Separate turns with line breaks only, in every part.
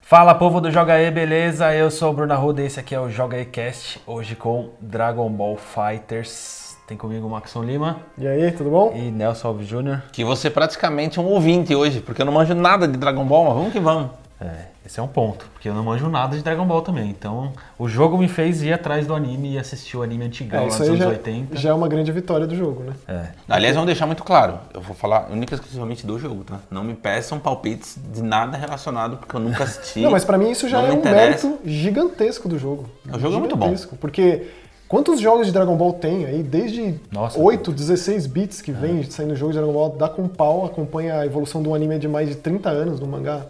Fala povo do Joga E, beleza? Eu sou o Bruno Arruda e esse aqui é o Joga E Cast, hoje com Dragon Ball Fighters. Tem comigo o Maxon Lima
E aí, tudo bom?
e Nelson Alves Jr.
Que você praticamente é um ouvinte hoje, porque eu não manjo nada de Dragon Ball, mas vamos que vamos.
É, esse é um ponto, porque eu não manjo nada de Dragon Ball também. Então, o jogo me fez ir atrás do anime e assistir o anime antigão lá dos anos
já,
80.
já é uma grande vitória do jogo, né?
É.
Aliás, vamos deixar muito claro, eu vou falar única e exclusivamente do jogo, tá? Não me peçam palpites de nada relacionado, porque eu nunca assisti.
Não, mas pra mim isso já
Não
é
me
um
interessa.
mérito gigantesco do jogo.
O jogo é muito bom.
Gigantesco, Porque quantos jogos de Dragon Ball tem aí? Desde
Nossa, É.
8, 16 bits que vem saindo jogo de Dragon Ball, dá com pau, acompanha a evolução de um anime de mais de 30 anos, de um mangá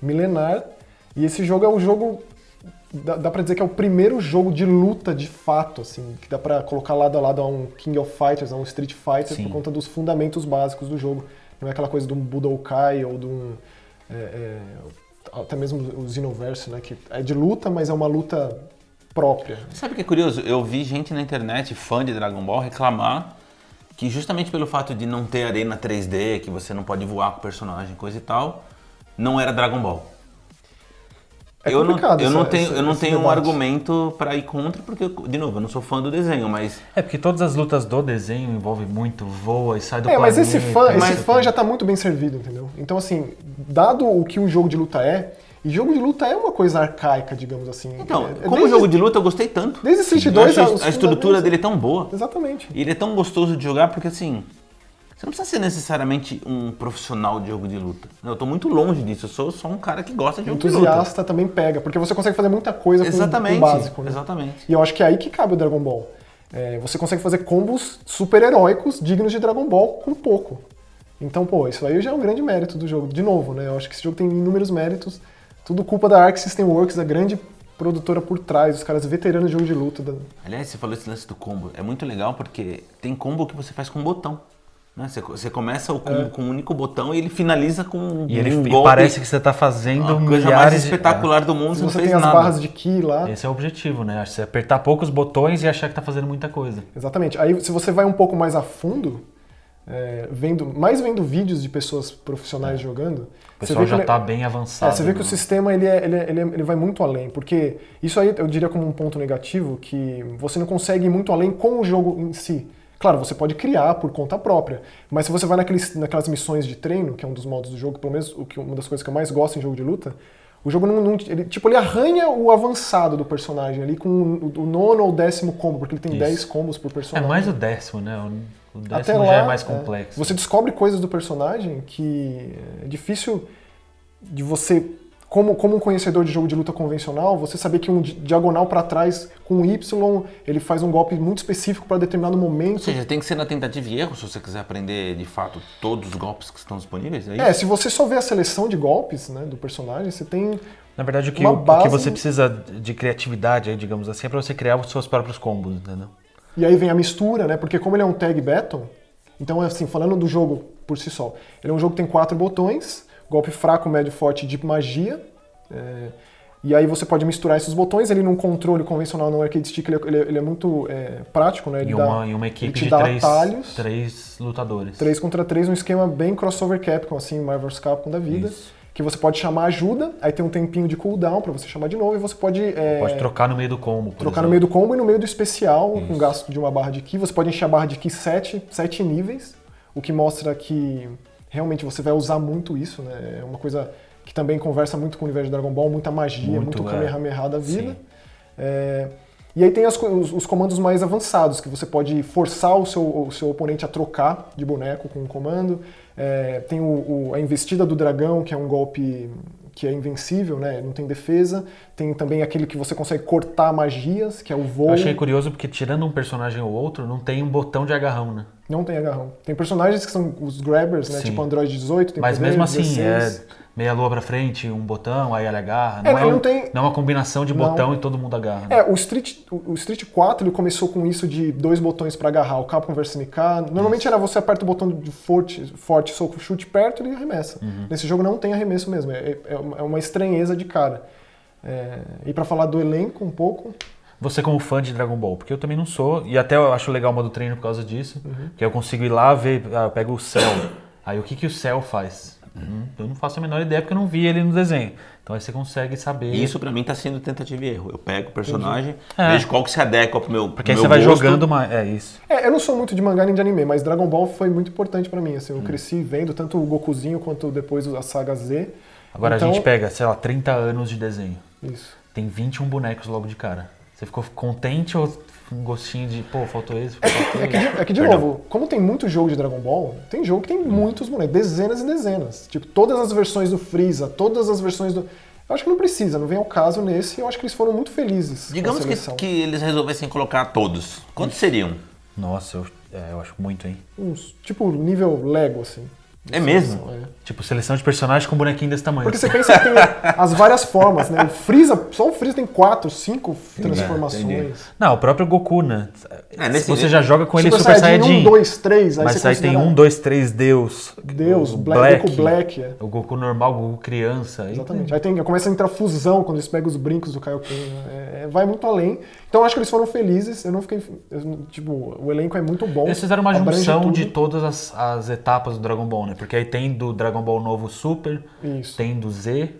milenar. E esse jogo é um jogo. Dá, dá pra dizer que é o primeiro jogo de luta de fato, assim, que dá pra colocar lado a lado a um King of Fighters, a um Street Fighter,
Sim.
por conta dos fundamentos básicos do jogo. Não é aquela coisa de um Budokai ou de um. é, é, até mesmo o Xenoverse, né? Que é de luta, mas é uma luta própria.
Sabe o que é curioso? Eu vi gente na internet, fã de Dragon Ball, reclamar que justamente pelo fato de não ter arena 3D, que você não pode voar com o personagem, coisa e tal, não era Dragon Ball.
É
eu não,
complicado
eu não
essa-
tenho,
essa-
eu não
esse
tenho um
debate.
argumento pra ir contra, porque, eu- de novo, eu não sou fã do desenho, mas
É, porque todas as lutas do desenho envolvem muito voa e sai do
É, mas
planeta.
esse fã, esse
mas-
fã já tá muito bem servido, entendeu? Então, assim, dado o que um jogo de luta é, e jogo de luta é uma coisa arcaica, digamos assim.
Então,
É-
como
desde-
jogo de luta eu gostei tanto.
desde Street
Eu
2
acho
os
a, a estrutura
fundamentos-
dele é tão boa.
Exatamente.
E ele é tão gostoso de jogar porque assim. Você não precisa ser necessariamente um profissional de jogo de luta. né? Eu tô muito longe disso. Eu sou só um cara que gosta de
O
jogo de luta.
entusiasta também pega, porque você consegue fazer muita coisa com- com o
Exatamente.
básico, né?
Exatamente.
E eu acho que é aí que cabe o Dragon Ball. É, você consegue fazer combos super-heróicos dignos de Dragon Ball com pouco. Então, pô, isso aí já é um grande mérito do jogo. De novo, né? Eu acho que esse jogo tem inúmeros méritos. Tudo culpa da Arc System Works, a grande produtora por trás, os caras veteranos de jogo de luta. da-
Aliás, você falou esse lance do combo. É muito legal porque tem combo que você faz com um botão. né? Você, você começa o
É.
combo com um único botão e ele finaliza com um,
E ele
um
e
golpe.
parece que você tá fazendo
a coisa mais
milhares de-
espetacular do mundo. Você, não
Você
fez
tem as
nada.
barras de Ki lá.
É. Esse é o objetivo, né? Acho que Você apertar poucos botões e achar que tá fazendo muita coisa.
Exatamente. Aí, se você vai um pouco mais a fundo, é, vendo, mais vendo vídeos de pessoas profissionais jogando,
É. O
você
pessoal
vê
já
que
tá bem avançado.
É, você vê que
né?
o sistema ele, é- ele, é- ele, é- ele vai muito além, porque isso aí eu diria como um ponto negativo, que você não consegue ir muito além com o jogo em si. Claro, você pode criar por conta própria, mas se você vai naqueles, naquelas missões de treino, que é um dos modos do jogo, pelo menos o que, uma das coisas que eu mais gosto em jogo de luta, o jogo não, não- ele, tipo, ele arranha o avançado do personagem ali com o, o nono ou décimo combo, porque ele tem
Isso.
10 combos por
É
personagem.
mais o décimo, né? O- O
Até
décimo
lá,
já é mais
é,
complexo.
você descobre coisas do personagem que é difícil de você, como, como um conhecedor de jogo de luta convencional, você saber que um di- diagonal pra trás com um Y ele faz um golpe muito específico pra determinado
Ou
momento.
seja, tem que ser na tentativa e erro se você quiser aprender de fato todos os golpes que estão disponíveis. É isso?
É, se você só vê a seleção de golpes né, do personagem, você tem.
Na verdade, o que,
Uma
o que
base-
você precisa de criatividade, aí, digamos assim, é pra você criar os seus próprios combos, entendeu?
E aí vem a mistura, né? Porque como ele é um tag battle, então assim, falando do jogo por si só, ele é um jogo que tem quatro botões, golpe fraco, médio, forte e de magia. é, e aí você pode misturar esses botões, ele num controle convencional, num arcade stick, ele, é- ele é- ele é muito é, prático, né? Ele
Em
dá-
uma, em uma
ele
equipe
te
de
dá
três,
atalhos,
três lutadores.
três contra três, um esquema bem crossover Capcom, assim, Marvel's Capcom da vida.
Isso.
Que você pode chamar ajuda, aí tem um tempinho de cooldown pra você chamar de novo, e você pode... é,
Pode trocar no meio do combo. por
Trocar no meio
exemplo.
do combo e no meio do especial, com gasto de uma barra de ki. Você pode encher a barra de ki 7, sete níveis, o que mostra que realmente você vai usar muito isso, né? É uma coisa que também conversa muito com o universo de Dragon Ball, muita magia,
Muito,
muito,
é.
Kamehameha da vida.
Sim.
É, E aí tem as co- os, os comandos mais avançados, que você pode forçar o seu, o seu oponente a trocar de boneco com um comando. É, tem o- o- a investida do dragão, que é um golpe que é invencível, né? Não tem defesa. Tem também aquele que você consegue cortar magias, que é o voo.
Eu achei curioso porque tirando um personagem ou outro, não tem um botão de agarrão, né?
Não tem agarrão. Tem personagens que são os grabbers, né?
Sim.
Tipo Android 18, tem
Mas
poder,
mesmo assim,
16.
é meia lua pra frente, um botão, aí ele agarra.
É,
Não é,
não
um-
tem-
não é uma combinação de
Não.
botão e todo mundo agarra. né?
É, o Street, o o Street 4 ele começou com isso de dois botões pra agarrar, o Capcom vs SNK. Normalmente era você aperta o botão de forte, forte soco, chute perto e arremessa.
Uhum.
Nesse jogo não tem arremesso mesmo, é, é- é uma- é uma estranheza de cara. É, e pra falar do elenco um pouco,
Você como fã de Dragon Ball, porque eu também não
Uhum.
sou, e até eu acho legal o modo treino por causa disso, que eu consigo ir lá ver, ah, eu pego o céu, Aí o que, que o céu faz?
Uhum.
Hum, Eu não faço a menor ideia porque eu não vi ele no desenho. Então aí você consegue saber.
E isso pra mim tá sendo tentativa e erro. Eu pego o personagem,
É.
vejo qual que se adequa pro meu.
Porque aí você vai jogando mais. É isso.
É, eu não sou muito de mangá nem de anime, mas Dragon Ball foi muito importante pra mim. Assim,
Hum.
eu cresci vendo tanto o Gokuzinho quanto depois a saga Z.
Agora
Então,
a gente pega, sei lá, 30 anos de desenho.
Isso.
Tem 21 bonecos logo de cara. Você ficou contente ou um gostinho de, pô, faltou esse, faltou
É que, de,
esse?
é que, de
Perdão.
novo, como tem muito jogo de Dragon Ball, tem jogo que tem muitos bonecos, dezenas e dezenas. Tipo, todas as versões do Freeza, todas as versões do. Eu acho que não precisa, não vem ao caso nesse, eu acho que eles foram muito felizes. com a
Digamos que,
seleção.
que eles resolvessem colocar todos. Quantos seriam?
Nossa, eu, é, eu acho muito, hein?
Uns, tipo, nível Lego, assim.
É mesmo?
É.
Tipo, seleção de personagens com bonequinho desse tamanho.
Porque você pensa que tem as várias formas, né? O Freeza, só o Freeza tem quatro, cinco
entendi.
transformações.
Não, o próprio Goku, né?
É, nesse-
você já joga com ele Super,
um,
Saiyajin.
dois, três, aí
mas
você
aí tem
considera
um, dois, três, Deus.
Deus,
o
Black, Goku Black, é.
O Goku normal, o Goku criança. aí
Exatamente. Aí tem, começa a entrar fusão quando eles pegam os brincos do Kaioken. né? É, é, vai muito além. Então eu acho que eles foram felizes. Eu não fiquei. eu não- tipo, o elenco é muito bom.
Eles fizeram uma
abrange
junção
tudo.
de todas as, as etapas do Dragon Ball, né? Porque aí tem do Dragon Ball novo Super,
Isso.
tem do Z.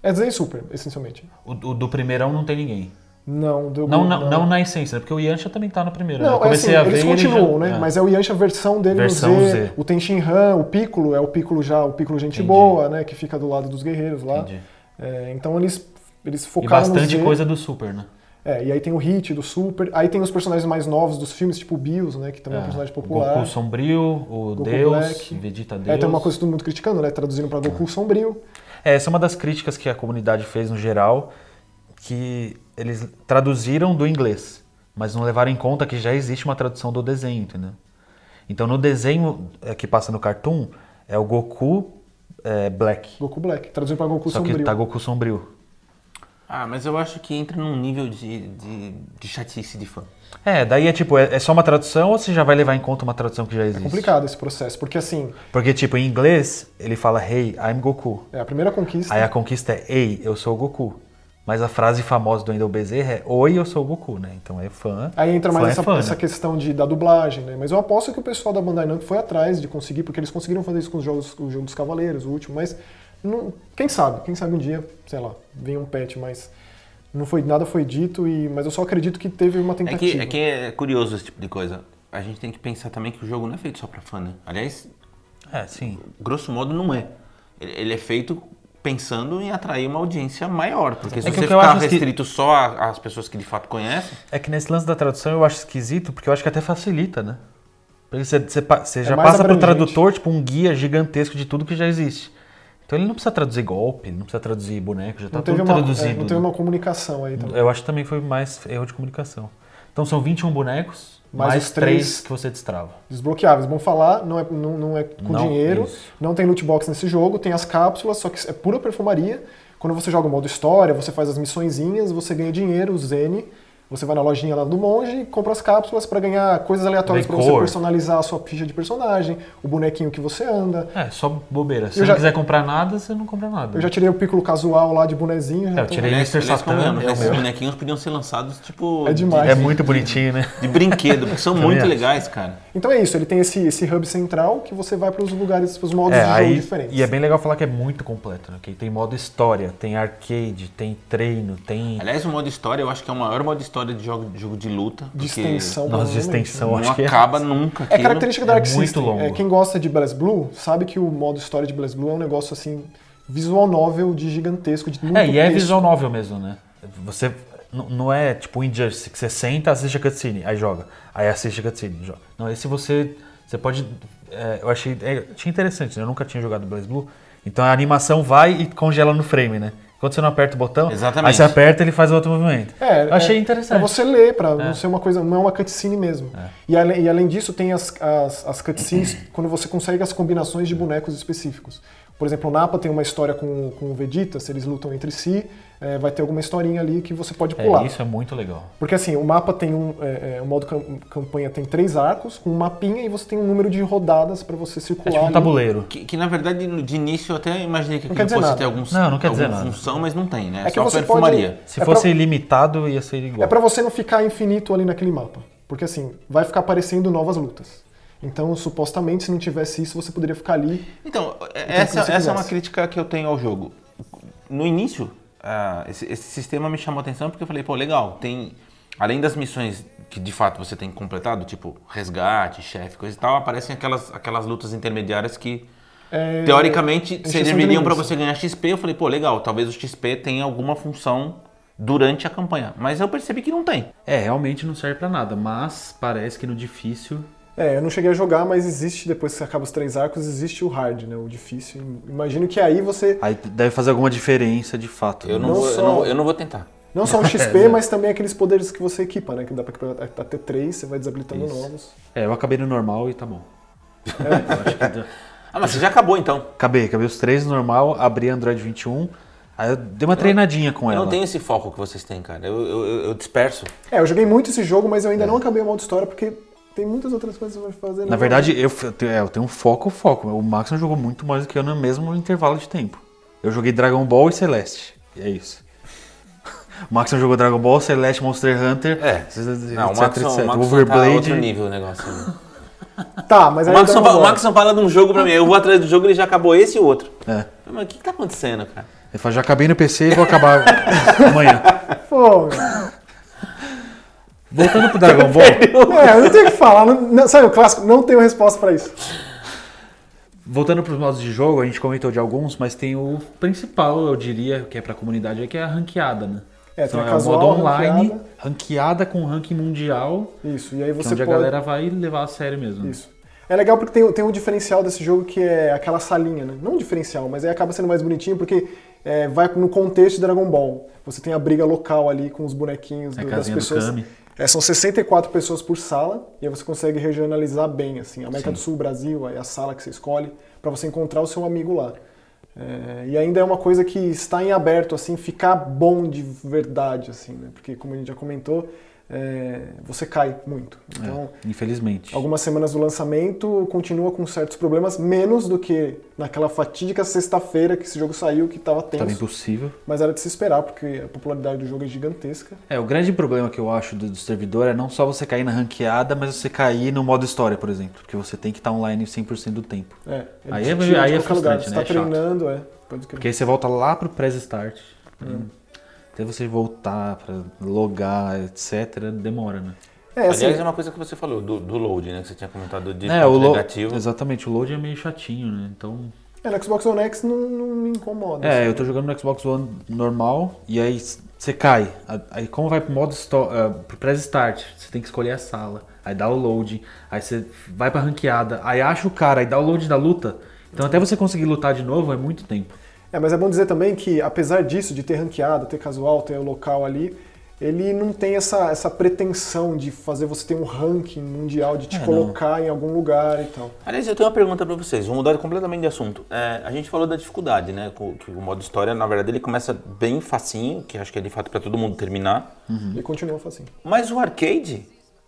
É desenho super, essencialmente.
O, o do primeirão não tem ninguém.
Não, do,
Não, na- não, na essência, né? Porque o Yancha também tá no primeiro. né?
Não,
Eu
é assim,
comecei a ver
eles
e ele já-
continuam, né?
é.
Mas é o Yancha a versão dele
Versão
no Z,
Z.
O Tenshin Han, o Piccolo, é o Piccolo já, o Piccolo gente boa, né? Que fica do lado dos guerreiros lá.
Entendi.
É, então eles, eles
E
focaram no
bastante
Z.
coisa do Super, né?
É, e aí tem o Hit do Super. Aí tem os personagens mais novos dos filmes, tipo o Bills, né? Que também é, um personagem popular.
Goku Sombrio, o
Goku
Deus,
Black.
Vegeta Deus. Tá.
É, tem uma coisa que todo mundo criticando, né? Traduzindo pra Goku sombrio.
É, essa é uma das críticas que a comunidade fez no geral, que eles traduziram do inglês, mas não levaram em conta que já existe uma tradução do desenho, entendeu? Então no desenho é, que passa no Cartoon é o Goku é, Black,
Goku Black. Traduzindo pra Goku
só
sombrio.
que tá Goku sombrio.
Ah, mas eu acho que entra num nível de, de, de chatice de fã.
É, daí é tipo, é, é só uma tradução ou você já vai levar em conta uma tradução que já existe?
É Complicado esse processo, porque assim,
Porque tipo, em inglês ele fala Hey, I'm Goku.
é a primeira conquista.
Aí a conquista é Ei, eu sou o Goku. Mas a frase famosa do Endel Bezerra é Oi, eu sou o Goku, né? Então é fã.
Aí entra
fã
mais
é
essa,
fã, né?
essa questão de, da dublagem, né? Mas eu aposto que o pessoal da Bandai Namco foi atrás de conseguir, porque eles conseguiram fazer isso com os jogos, o jogo dos Cavaleiros, o último, mas não- quem sabe, quem sabe um dia, sei lá, vem um patch, mas não foi nada foi dito e mas eu só acredito que teve uma
É
tentativa.
que, é que é curioso esse tipo de coisa. A gente tem que pensar também que o jogo não é feito só pra fã, né? Aliás,
É, sim.
grosso modo não é. Ele, ele é feito pensando em atrair uma audiência maior. Porque se
É que o
você
que eu
ficar
acho é que-
restrito só a- às pessoas que de fato conhecem,
É que nesse lance da tradução eu acho esquisito, porque eu acho que até facilita, né? Porque você, você pa- você já
É mais
passa pro
abrangente.
tradutor, tipo, um guia gigantesco de tudo que já existe. Então ele não precisa traduzir golpe, ele não precisa traduzir boneco, já tá
não
tudo
teve, uma,
traduzido.
é, não teve
né?
uma comunicação aí tá também.
Eu acho que também foi mais erro de comunicação. Então são 21 bonecos,
Mais
mais,
os três.
3 que você destrava.
Desbloqueáveis, bom falar, não é, não, não é com
Não,
dinheiro,
isso.
não tem loot box nesse jogo, tem as cápsulas, só que é pura perfumaria. Quando você joga o modo história, você faz as missõezinhas, você ganha dinheiro, o Zen, você vai na lojinha lá do monge e compra as cápsulas pra ganhar coisas aleatórias pra você
Decor.
personalizar a sua ficha de personagem, o bonequinho que você anda.
É, só bobeira. Se
Eu
não
já-
quiser comprar nada, você não compra nada.
Eu já tirei o Piccolo casual lá de bonezinho. já
eu
tô-
tirei. Ele é
aliás,
Mr.
aliás,
Satan, é
convenhamos,
o
né? esses
meu.
bonequinhos podiam ser lançados tipo
É demais.
É muito bonitinho, né?
de, de brinquedo, porque são
Também
muito
acho.
legais, cara.
Então é isso, ele tem esse, esse hub central que você vai pros lugares, pros modos
É,
de jogo
aí,
diferentes.
e é bem legal falar que é muito completo, né? Que tem modo história, tem arcade, tem treino, tem
Aliás, o modo história eu acho que é o maior modo história de jogo de, jogo de luta.
De
porque
extensão.
nós de
provavelmente, né?
extensão,
Não
acho que é.
acaba nunca.
É
aquilo.
característica da
é
Dark
muito
System.
longo.
É, quem gosta de Blast Blue sabe que o modo história de Blast Blue é um negócio assim, visual novel de gigantesco, de muito
É, e é
texto.
visual novel mesmo, né? Você n- não é tipo Injustice, que você senta, assiste a cutscene, aí joga. Aí assiste a cutscene, joga. Não, esse você. Você pode. é, eu achei, é, achei interessante, né? Eu nunca tinha jogado Blaze Blue. Então a animação vai e congela no frame, né? Quando você não aperta o botão,
Exatamente.
aí você aperta ele faz outro movimento.
É,
eu achei
é,
interessante.
Pra você ler, pra não ser uma coisa, não é uma cutscene mesmo. E, ale- e além disso, tem as, as, as cutscenes quando você consegue as combinações de bonecos específicos. Por exemplo, o Napa tem uma história com, com o Vegeta, se eles lutam entre si, é, vai ter alguma historinha ali que você pode pular.
É, isso é muito legal.
Porque assim, o mapa tem um. é, é, o modo cam- campanha tem três arcos, com um mapinha e você tem um número de rodadas pra você circular.
É tipo um
ali.
tabuleiro.
Que, que, na verdade no- de início eu até imaginei que
quer
aquilo
dizer
fosse
nada.
ter algum,
Não, não quer dizer
alguma
nada.
função, mas não tem, né?
É
É
que
só
você
perfumaria.
pode-
Se
É
fosse
pra-
ilimitado, ia ser
É
igual.
pra você não ficar infinito ali naquele mapa. Porque assim, vai ficar aparecendo novas lutas. Então, supostamente, se não tivesse isso, você poderia ficar ali.
Então,
que
essa,
você
essa é uma
quisesse.
crítica que eu tenho ao jogo. No início, ah, esse, esse sistema me chamou a atenção porque eu falei, pô, legal, tem. Além das missões que de fato você tem completado, tipo resgate, chefe, coisa e tal, aparecem aquelas, aquelas lutas intermediárias que
É,
teoricamente
encheção de
serviriam para
linguiça.
você ganhar XP. Eu falei, pô, legal, talvez o XP tenha alguma função durante a campanha. Mas eu percebi que não tem.
É, realmente não serve pra nada, mas parece que no difícil.
É, eu não cheguei a jogar, mas existe, depois que você acaba os três arcos, existe o hard, né? O difícil. Imagino que aí você.
Aí deve fazer alguma diferença de fato. né?
Eu não,
Não
vou,
só-
eu não, eu não vou tentar.
Não só um XP, mas também aqueles poderes que você equipa, né? Que dá pra equipar até três, você vai desabilitando
Isso.
novos.
É, eu acabei no normal e tá bom. É, Eu acho que deu-
Ah, mas você já acabou então.
Acabei, acabei os três no normal, abri Android 21. Aí eu dei uma treinadinha com
Eu
ela.
não tenho esse foco que vocês têm, cara. Eu- eu- eu- eu disperso.
É, eu joguei muito esse jogo, mas eu ainda não acabei o modo história, porque tem muitas outras coisas que você vai fazer. né?
Na verdade, eu, f- eu tenho- é, eu tenho um foco, foco. O Max não jogou muito mais do que eu no mesmo intervalo de tempo. Eu joguei Dragon Ball e Celeste. E é isso. O Max não jogou Dragon Ball, Celeste, Monster Hunter.
É.
etc, etc,
Não, o Maxon, o
etc.
Maxon tá
Overblade.
outro nível o negócio. né?
Então Tá, mas
O
aí. Dragon
Maxon, fa- o
Ball.
Maxon fala de um jogo pra mim, eu vou atrás do jogo ele já acabou esse e o outro.
É.
Mas o que que tá acontecendo, cara?
Ele fala, já acabei no PC e vou acabar amanhã.
Pô, meu.
Voltando pro Dragon Ball.
é, eu não tenho o que falar. não- não- sabe o clássico? Não tenho resposta pra isso.
Voltando pros modos de jogo, a gente comentou de alguns, mas tem o principal, eu diria, que é pra comunidade, é que é a ranqueada, né?
É,
então,
tem a
é o modo
casual,
online, ranqueada,
ranqueada.
com ranking mundial,
Isso, e aí
que é
você
onde
Então pode.
a galera vai levar a sério mesmo. né?
Isso. É legal porque tem, tem um diferencial desse jogo que é aquela salinha, né? Não um diferencial, mas aí acaba sendo mais bonitinho porque é, vai no contexto de Dragon Ball. Você tem a briga local ali com os bonequinhos
É a
do- das
casinha do
pessoas.
Kami.
É, são 64 pessoas por sala e aí você consegue regionalizar bem, assim, América do Sul, Brasil, aí a sala que você escolhe, pra você encontrar o seu amigo lá. É, e ainda é uma coisa que está em aberto, assim, ficar bom de verdade, assim, né? Porque como a gente já comentou, é, você cai muito.
É.
Então,
Infelizmente.
Algumas semanas do lançamento, continua com certos problemas, menos do que naquela fatídica sexta-feira que esse jogo saiu, que estava
Tava
tenso.
impossível.
Mas era de se esperar, porque a popularidade do jogo é gigantesca.
É, o grande problema que eu acho do, do servidor é não só você cair na ranqueada, mas você cair no modo história, por exemplo. Porque você tem que estar online 100% do tempo.
É, ele
Aí
te
é-
tira
aí
de
é
qualquer lugar.
frustrante,
Você
né?
tá
É chato.
treinando, é. Pode crer.
Porque aí você volta lá pro press start. Até você voltar pra logar, etc, demora, né?
É, assim,
Aliás, é uma coisa que você falou, do, do load, né? Que você tinha comentado de
É, o
ponto
lo...
negativo.
Exatamente, o load é meio chatinho, né? Então.
é, no Xbox One X não, não me incomoda.
É,
assim.
eu tô jogando no Xbox One normal e aí s- você cai. A- Aí como vai pro modo sto- ah, pro press start, você tem que escolher a sala, aí dá o load, aí você vai pra ranqueada, aí acha o cara, aí dá o load da luta. Então até você conseguir lutar de novo é muito tempo.
É, mas é bom dizer também que, apesar disso, de ter ranqueado, ter casual, ter o local ali, ele não tem essa, essa pretensão de fazer você ter um ranking mundial, de te
É, não.
colocar em algum lugar e tal.
Aliás, eu tenho uma pergunta pra vocês, vou mudar completamente de assunto. É, a gente falou da dificuldade, né? com- Que o modo história, na verdade, ele começa bem facinho, que acho que é de fato pra todo mundo terminar.
Uhum.
E continua assim.
Mas o arcade,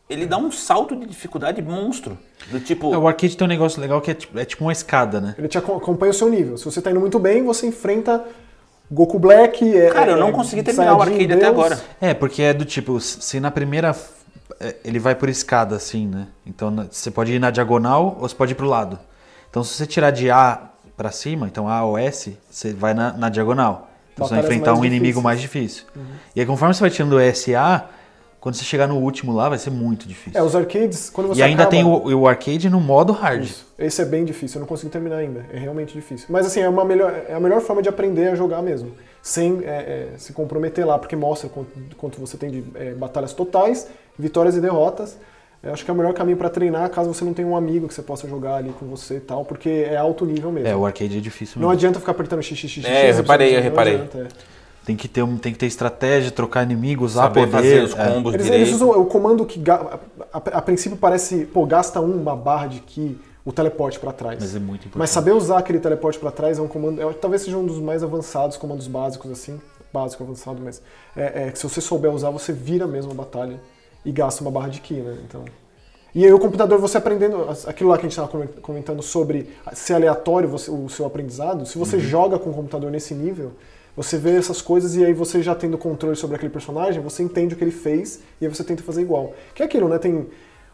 ele dá um salto de dificuldade monstro. Do tipo,
É, o arcade tem um negócio legal que é tipo, é tipo uma escada, né?
Ele te aco- acompanha o seu nível. Se você tá indo muito bem, você enfrenta Goku Black. é-
cara, eu não
é-
consegui terminar o
Saiyajin
arcade até
Deus.
agora.
É, porque é do tipo, s- se na primeira. f- é, Ele vai por escada, assim, né? Então na- você pode ir na diagonal ou você pode ir pro lado. Então se você tirar de A pra cima, então A ou S, você vai na, na diagonal. Então você vai
Batalhas
enfrentar um
mais
inimigo
difíceis. Uhum.
mais difícil. E aí conforme você vai tirando S e A, quando você chegar no último lá, vai ser muito
É,
difícil.
os arcades, quando você
e ainda
acaba-
tem o, o arcade no modo hard.
Isso. Esse é bem difícil, eu não consigo terminar ainda. É realmente difícil. Mas assim, é, uma melhor, é a melhor forma de aprender a jogar mesmo. Sem é, é, se comprometer lá, porque mostra quanto, quanto você tem de é, batalhas totais, vitórias e derrotas. Eu acho que é o melhor caminho pra treinar, caso você não tenha um amigo que você possa jogar ali com você e tal, porque é alto nível mesmo.
É, o arcade é difícil
Não
mesmo.
adianta ficar apertando xixi,
É, eu reparei, eu reparei.
é.
Tem que, ter, um- tem que ter estratégia, trocar inimigos, usar
Saber
poder.
fazer os
é.
combos
Eles,
direito.
eles usam o comando que ga- a, a- a princípio parece, pô, gasta uma barra de ki o teleporte pra trás.
Mas é muito importante.
Mas saber usar aquele teleporte pra trás é um comando, é- talvez seja um dos mais avançados comandos básicos assim, básico avançado, mas é, é que se você souber usar você vira mesmo a batalha e gasta uma barra de ki, né? Então e aí o computador, você aprendendo as- aquilo lá que a gente estava comentando sobre ser aleatório você- o seu aprendizado, se
Uhum.
você joga com o computador nesse nível, você vê essas coisas e aí você já tendo controle sobre aquele personagem, você entende o que ele fez e aí você tenta fazer igual. Que é aquilo, né? Tem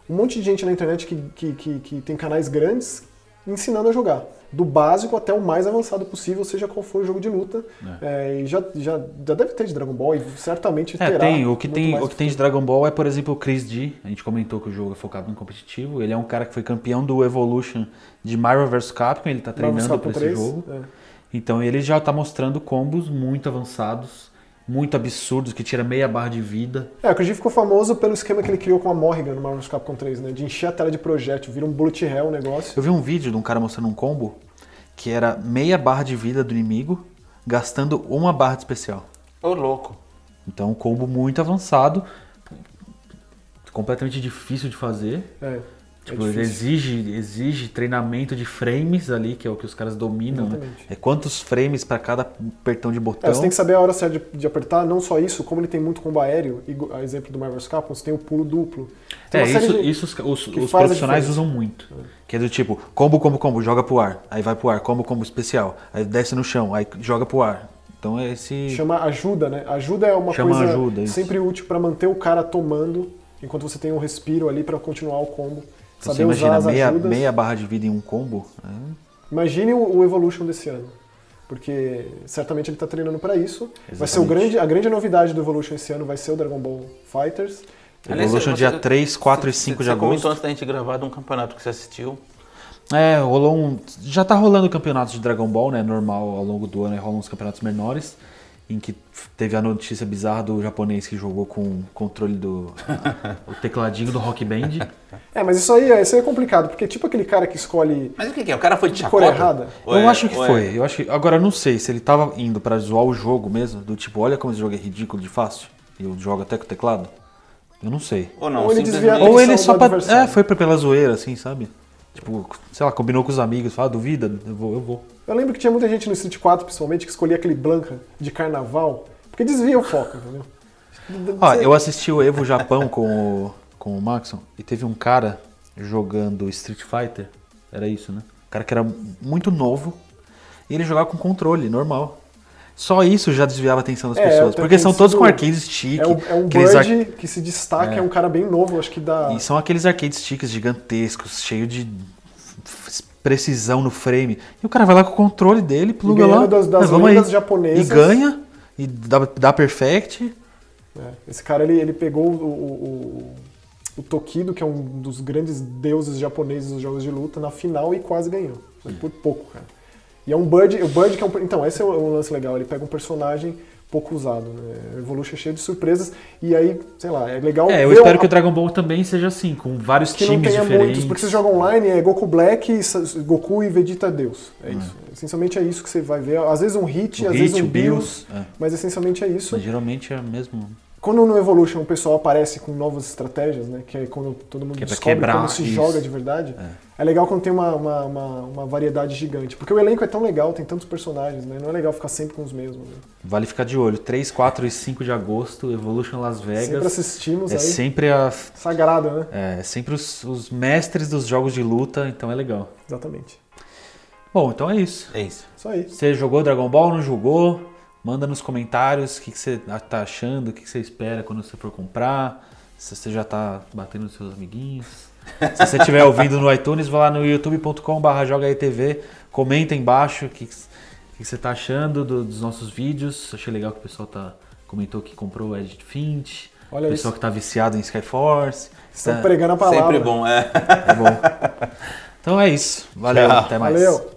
um monte de gente na internet que, que, que, que tem canais grandes ensinando a jogar. Do básico até o mais avançado possível, seja qual for o jogo de luta. É, e já, já, já deve ter de Dragon Ball e certamente
É,
terá.
tem. O que
muito
tem,
mais
o que tem de Dragon Ball é, por exemplo, o Chris D. A gente comentou que o jogo é focado no competitivo. Ele é um cara que foi campeão do Evolution de Marvel vs Capcom. Ele tá
Marvel vs.
treinando pra
Capcom
esse
3,
jogo.
é.
Então ele já tá mostrando combos muito avançados, muito absurdos, que tira meia barra de vida.
É, o Koji ficou famoso pelo esquema que ele criou com a Morrigan no Marvel vs. Capcom 3, né? De encher a tela de projétil, vira um bullet hell o negócio.
Eu vi um vídeo de um cara mostrando um combo que era meia barra de vida do inimigo, gastando uma barra de especial.
Ô, louco.
Então um combo muito avançado, completamente difícil de fazer.
É.
Tipo,
é
ele
difícil.
exige, exige treinamento de frames ali, que é o que os caras dominam, né?
Exatamente.
É quantos frames pra cada apertão de
É,
botão.
você tem que saber a hora certa de, de apertar, não só isso, como ele tem muito combo aéreo, e go- a exemplo do Marvel vs. Capcom, você tem o pulo duplo. Tem
É,
uma série
isso,
de-
isso os, os-
que
os
faz a
profissionais
diferença.
usam muito. Que é do tipo, combo, combo, combo, joga pro ar. Aí vai pro ar, combo, combo especial. Aí desce no chão, aí joga pro ar. Então é esse...
Chama ajuda, né? Ajuda é uma
Chama
coisa
ajuda, isso.
sempre útil pra manter o cara tomando, enquanto você tem um respiro ali pra continuar o combo.
Então,
Saber
você imagina,
usar as
meia,
ajudas.
meia barra de vida em um combo. né?
Imagine o, o Evolution desse ano. Porque certamente ele está treinando para isso. Vai ser o
Exatamente.
grande, a grande novidade do Evolution esse ano vai ser o Dragon Ball Fighters.
Evolution dia 3, 4 e 5 de
Você comentou
agosto.
antes da gente gravar de um campeonato que você assistiu.
É, rolou um. Já tá rolando campeonatos de Dragon Ball, né? Normal ao longo do ano, aí rolam uns campeonatos menores. Em que teve a notícia bizarra do japonês que jogou com o controle do. o tecladinho do Rock Band.
É, mas isso aí, é- isso aí é complicado, porque é tipo aquele cara que escolhe.
Mas o que, que é? O cara foi de
Cor
chacota?
errada?
Ou
eu
é-
acho que
ou é-
foi. Eu acho que... Agora eu não sei se ele tava indo pra zoar o jogo mesmo, do tipo, olha como esse jogo é ridículo de fácil. E eu jogo até com o teclado. Eu não sei.
Ou não,
Ou ele
simplesmente-
desviado.
Ou
Atenção
ele
do
só pra,
adversário.
É, foi pra- pela zoeira, assim, sabe? Tipo, sei lá, combinou com os amigos, fala, ah, duvida, eu vou, eu vou.
Eu lembro que tinha muita gente no Street 4, principalmente, que escolhia aquele Blanca de carnaval, porque desvia o foco, entendeu?
Ó, eu assisti o Evo Japão com o, com o Maxon e teve um cara jogando Street Fighter. Era isso, né? Um cara que era muito novo e ele jogava com controle, normal. Só isso já desviava a atenção das
É,
pessoas.
tem-
Porque
tem
são todos
sido-
com arcade stick.
É um, é um
aqueles ar-
Bird que se destaca, é. um cara bem novo, acho que dá.
E são aqueles arcade sticks gigantescos, cheio de f- precisão no frame. E o cara vai lá com o controle dele, pluga
ganhando
lá.
das- das
"Ah, vamos aí."
lendas japonesas.
E ganha, e dá, dá perfect.
É, Esse cara, ele, ele pegou o, o, o- o Tokido, que é um dos grandes deuses japoneses dos jogos de luta, na final e quase ganhou. Foi
Hum.
por pouco, cara. E é um Bird, o Bird que é um... Então, esse é um lance legal, ele pega um personagem pouco usado, né? Evolution é cheio de surpresas, e aí, sei lá, é legal...
É, eu
ver
espero
a-
que o Dragon Ball também seja assim, com vários
que não
times
tenha
diferentes.
muitos, porque você joga online, é Goku Black, e Sa- Goku e Vegeta Deus. É isso. Essencialmente é isso que você vai ver. Às vezes um hit,
O
às
Hit,
vezes um
o Bills,
Bills,
é.
mas essencialmente é isso.
Mas geralmente é mesmo.
Quando no Evolution o pessoal aparece com novas estratégias, né? Que é quando todo mundo
Que é pra
descobre
quebrar
como se
isso.
joga de verdade. É, legal quando tem uma, uma, uma- uma variedade gigante. Porque o elenco é tão legal, tem tantos personagens, né? Não é legal ficar sempre com os mesmos. Né?
Vale ficar de olho. 3, 4 e 5 de agosto, Evolution Las
Sempre
Vegas.
assistimos
É
aí.
sempre a.
Sagrado, né?
É sempre os, os mestres dos jogos de luta, então é legal.
Exatamente.
Bom, então é isso.
É isso.
Isso aí.
Você jogou Dragon Ball, não jogou? Manda nos comentários o que, que você tá achando, o que, que você espera quando você for comprar, se você já tá batendo nos seus amiguinhos. Se você estiver ouvindo no iTunes, vai lá no youtube.com.br jogaetv, comenta aí embaixo o que, que, s- o que que você tá achando do- dos nossos vídeos. Achei legal que o pessoal tá, comentou que comprou o Edit Fint, o
Olha
pessoal
É isso.
que tá viciado em Skyforce.
Estão
Tá-
pregando a palavra.
Sempre bom, é.
é bom. Então é isso. Valeu,
Tchau.
até mais.
Valeu.